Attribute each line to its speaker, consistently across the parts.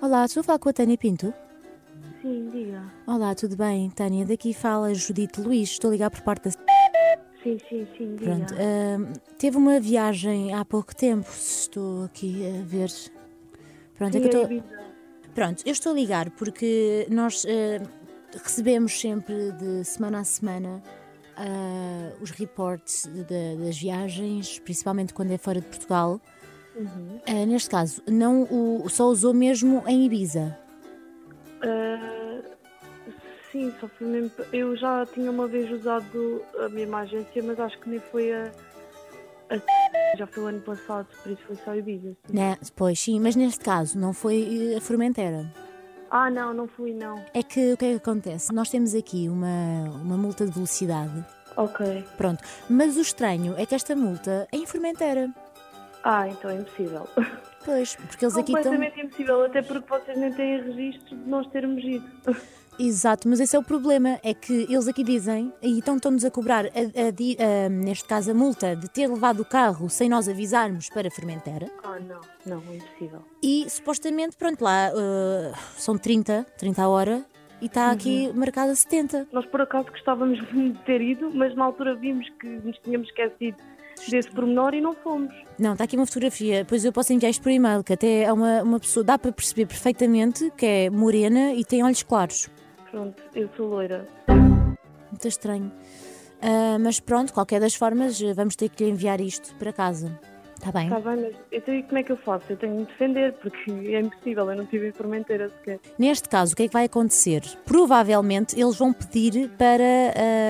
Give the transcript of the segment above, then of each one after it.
Speaker 1: Olá, estou a falar com a Tânia Pinto.
Speaker 2: Sim, diga.
Speaker 1: Olá, tudo bem? Tânia, daqui fala Judite Luís, estou a ligar por parte da...
Speaker 2: Sim, sim, sim, diga.
Speaker 1: Pronto, é ahm, teve uma viagem há pouco tempo, estou aqui a ver... Pronto, é que eu
Speaker 2: Sim,
Speaker 1: estou...
Speaker 2: é Ibiza.
Speaker 1: Pronto, eu estou a ligar porque nós eh, recebemos sempre de semana a semana ah, os reportes de- de- das viagens, principalmente quando é fora de Portugal.
Speaker 2: Uhum.
Speaker 1: Ah, neste caso, não o- só usou mesmo em Ibiza.
Speaker 2: Ah, sim, só foi mesmo. Eu já tinha uma vez usado a mesma agência, mas acho que nem foi a. a- Já foi o ano passado, por isso foi só Ibiza. sim.
Speaker 1: Né? Pois sim, mas neste caso não foi eh, a Formentera.
Speaker 2: Ah, não, não fui, não.
Speaker 1: É que o que é que acontece? Nós temos aqui uma, uma multa de velocidade.
Speaker 2: Ok.
Speaker 1: Pronto, mas o estranho é que esta multa é em Formentera.
Speaker 2: Ah, então é impossível.
Speaker 1: Pois, porque eles aqui estão.
Speaker 2: Completamente impossível, até porque vocês nem têm registro de nós termos ido.
Speaker 1: Exato, mas esse é o problema, é que eles aqui dizem, e então estão-nos a cobrar, a- a di- a, neste caso a multa, de ter levado o carro sem nós avisarmos para Fermentera,
Speaker 2: Ah, não, não, é impossível.
Speaker 1: e supostamente, pronto, lá eh, são 30, 30 a hora, e está aqui marcada 70.
Speaker 2: Nós por acaso gostávamos muito de ter ido, mas na altura vimos que nos tínhamos esquecido desse pormenor e não fomos.
Speaker 1: Não, está aqui uma fotografia, pois eu posso enviar isto por e-mail, que até é uma, uma pessoa, dá para perceber perfeitamente que é morena e tem olhos claros.
Speaker 2: Pronto, eu sou loira.
Speaker 1: Muito estranho. Ah, mas pronto, qualquer das formas, eh, vamos ter que lhe enviar isto para casa. Está bem?
Speaker 2: Está bem, mas então e como é que eu faço? Eu tenho de me defender, porque é impossível, eu não tive em Formenteira sequer.
Speaker 1: Neste caso, o que é que vai acontecer? Provavelmente eles vão pedir para,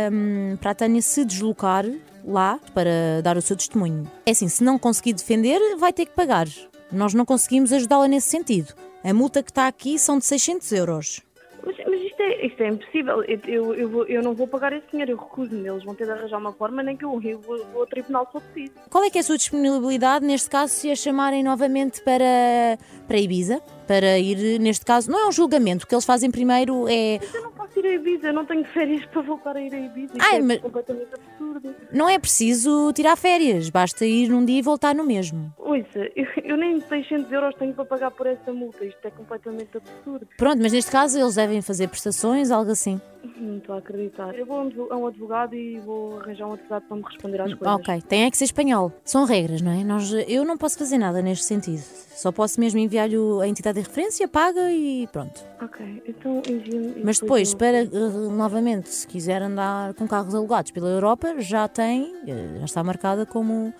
Speaker 1: ahm, para a Tânia se deslocar lá para dar o seu testemunho. É assim, se não conseguir defender, vai ter que pagar. Nós não conseguimos ajudá-la nesse sentido. A multa que está aqui são de 600 euros.
Speaker 2: Mas, mas isto, é, isto é impossível, eu, eu, eu, vou- eu não vou pagar esse dinheiro, eu recuso-me, eles vão ter de arranjar uma forma nem que eu, eu vou, vou ao tribunal se eu preciso.
Speaker 1: Qual é que é a sua disponibilidade, neste caso, se a chamarem novamente para, para Ibiza? Para ir, neste caso, não é um julgamento, o que eles fazem primeiro é.
Speaker 2: Eu não posso ir a Ibiza, eu não tenho férias para voltar a ir a Ibiza, isto
Speaker 1: Ai,
Speaker 2: é
Speaker 1: mas-
Speaker 2: completamente absurdo.
Speaker 1: Não é preciso tirar férias, basta ir num dia e voltar no mesmo.
Speaker 2: Ouça, eu, eu nem 600 euros tenho para pagar por essa multa, isto é completamente absurdo,
Speaker 1: Pronto, mas neste caso eles devem fazer prestações, algo assim.
Speaker 2: não estou a acreditar. Eu vou a um advo- a um advogado e vou arranjar um advogado para me responder às coisas.
Speaker 1: Ok, tem é que ser espanhol. São regras, não é? Nós, eu não posso fazer nada neste sentido. Só posso mesmo enviar-lhe o- a entidade de referência, paga e pronto.
Speaker 2: Ok, então envia-me. e
Speaker 1: Mas depois,
Speaker 2: eu-
Speaker 1: para eh, novamente, se quiser andar com carros alugados pela Europa, já tem, eh, já está marcada como.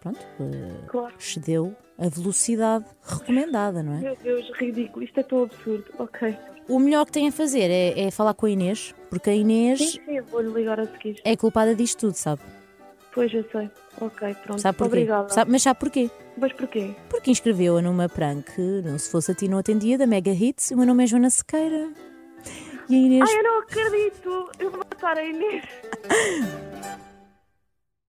Speaker 1: Pronto, eh,
Speaker 2: Claro.
Speaker 1: excedeu a velocidade recomendada, não é?
Speaker 2: Meu Deus, ridículo. Isto é tão absurdo. Ok.
Speaker 1: O melhor que tem a fazer é, é falar com a Inês, porque a Inês
Speaker 2: Sim, sim, eu vou-lhe ligar a seguir.
Speaker 1: é culpada disto tudo, sabe?
Speaker 2: Pois eu sei. Ok, pronto.
Speaker 1: Sabe porquê?
Speaker 2: Obrigada.
Speaker 1: Sabe- mas sabe porquê?
Speaker 2: Mas porquê?
Speaker 1: Porque inscreveu-a numa prank, não se fosse a ti não atendia, da Mega Hits. O meu nome é Joana Sequeira. E a Inês
Speaker 2: Ai, eu não acredito. Eu vou matar a Inês.